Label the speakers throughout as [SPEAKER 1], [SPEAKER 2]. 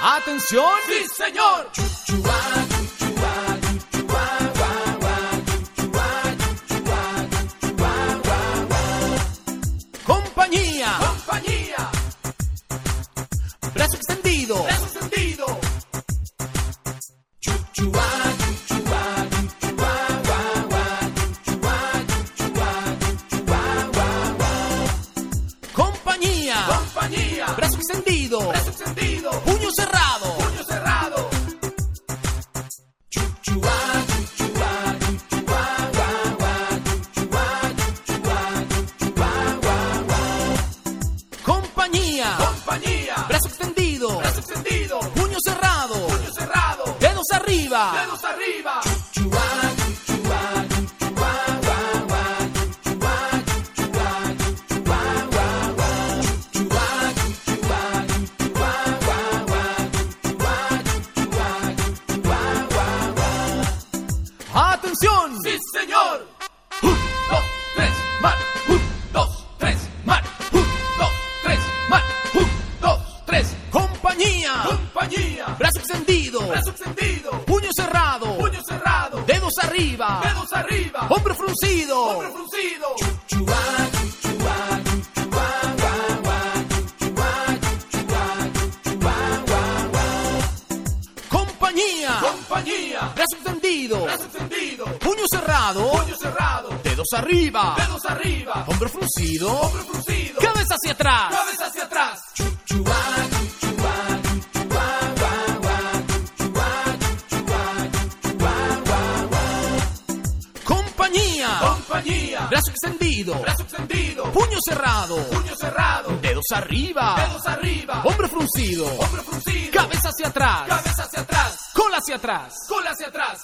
[SPEAKER 1] ¡Atención! ¡Sí, señor! Compañía,
[SPEAKER 2] Compañía,
[SPEAKER 1] brazo extendido.
[SPEAKER 2] brazo extendido.
[SPEAKER 1] Compañía,
[SPEAKER 2] Compañía,
[SPEAKER 1] brazo extendido.
[SPEAKER 2] brazo extendido.
[SPEAKER 1] Puño cerrado.
[SPEAKER 2] Puño cerrado.
[SPEAKER 1] Compañía,
[SPEAKER 2] Compañía,
[SPEAKER 1] brazo extendido.
[SPEAKER 2] brazo extendido.
[SPEAKER 1] Puño cerrado.
[SPEAKER 2] Puño cerrado.
[SPEAKER 1] Dedos arriba.
[SPEAKER 2] Dedos arriba.
[SPEAKER 1] ¡Atención!
[SPEAKER 2] Sí, señor. Un, dos, tres, mal. Un, dos, tres, mal. Un, dos, tres, mal. Un, dos, tres.
[SPEAKER 1] Compañía,
[SPEAKER 2] Compañía,
[SPEAKER 1] brazo extendido.
[SPEAKER 2] brazo extendido.
[SPEAKER 1] Puño cerrado.
[SPEAKER 2] Puño cerrado.
[SPEAKER 1] Dedos arriba.
[SPEAKER 2] Dedos arriba.
[SPEAKER 1] Hombro fruncido.
[SPEAKER 2] Hombre fruncido.
[SPEAKER 1] Compañía,
[SPEAKER 2] Compañía,
[SPEAKER 1] brazo extendido.
[SPEAKER 2] brazo extendido.
[SPEAKER 1] Puño cerrado.
[SPEAKER 2] Puño cerrado.
[SPEAKER 1] Dedos arriba.
[SPEAKER 2] Dedos arriba.
[SPEAKER 1] Hombro fruncido.
[SPEAKER 2] Hombre fruncido.
[SPEAKER 1] Cabeza hacia atrás.
[SPEAKER 2] Cabeza hacia atrás.
[SPEAKER 1] Compañía.
[SPEAKER 2] Compañía,
[SPEAKER 1] Brazo extendido.
[SPEAKER 2] brazo extendido.
[SPEAKER 1] Puño cerrado.
[SPEAKER 2] Puño cerrado.
[SPEAKER 1] Dedos arriba.
[SPEAKER 2] Dedos arriba.
[SPEAKER 1] Hombro fruncido.
[SPEAKER 2] Hombre fruncido.
[SPEAKER 1] Cabeza hacia atrás.
[SPEAKER 2] Cabeza hacia atrás.
[SPEAKER 1] Cola hacia atrás.
[SPEAKER 2] Cola hacia atrás.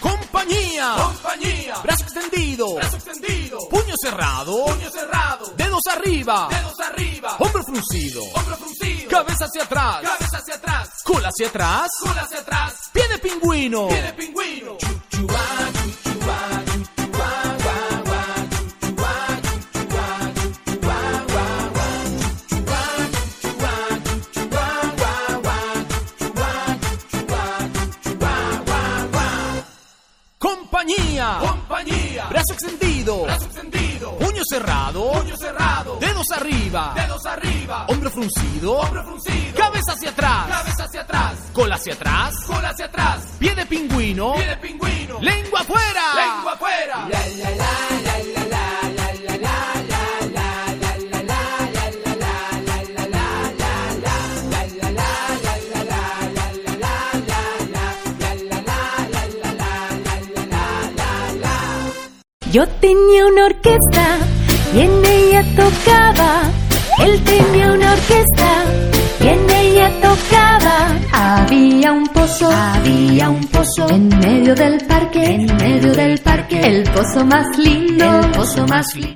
[SPEAKER 1] Compañía.
[SPEAKER 2] Compañía,
[SPEAKER 1] Brazo extendido.
[SPEAKER 2] brazo extendido.
[SPEAKER 1] Puño cerrado.
[SPEAKER 2] Puño cerrado.
[SPEAKER 1] Dedos arriba.
[SPEAKER 2] Dedos arriba.
[SPEAKER 1] Hombro fruncido.
[SPEAKER 2] Hombro fruncido.
[SPEAKER 1] Cabeza hacia atrás.
[SPEAKER 2] Cabeza hacia atrás.
[SPEAKER 1] Cola hacia atrás.
[SPEAKER 2] Cola hacia atrás.
[SPEAKER 1] Pie de pingüino.
[SPEAKER 2] Tiene pingüino.
[SPEAKER 1] Compañía.
[SPEAKER 2] Compañía,
[SPEAKER 1] Brazo extendido.
[SPEAKER 2] brazo extendido.
[SPEAKER 1] Puño cerrado.
[SPEAKER 2] Puño cerrado.
[SPEAKER 1] Dedos arriba.
[SPEAKER 2] Dedos arriba.
[SPEAKER 1] Hombro fruncido.
[SPEAKER 2] Hombre fruncido.
[SPEAKER 1] Cabeza hacia atrás.
[SPEAKER 2] Cabeza hacia atrás.
[SPEAKER 1] Cola hacia atrás.
[SPEAKER 2] Cola hacia atrás.
[SPEAKER 1] Pie de pingüino.
[SPEAKER 2] Tiene pingüino.
[SPEAKER 1] Lengua afuera.
[SPEAKER 2] Lengua afuera.
[SPEAKER 3] Yo tenía una orquesta y en ella tocaba. Él tenía una orquesta y en ella tocaba. Había un pozo, había un pozo en medio del parque, en medio del parque. El pozo más lindo, el pozo más lindo.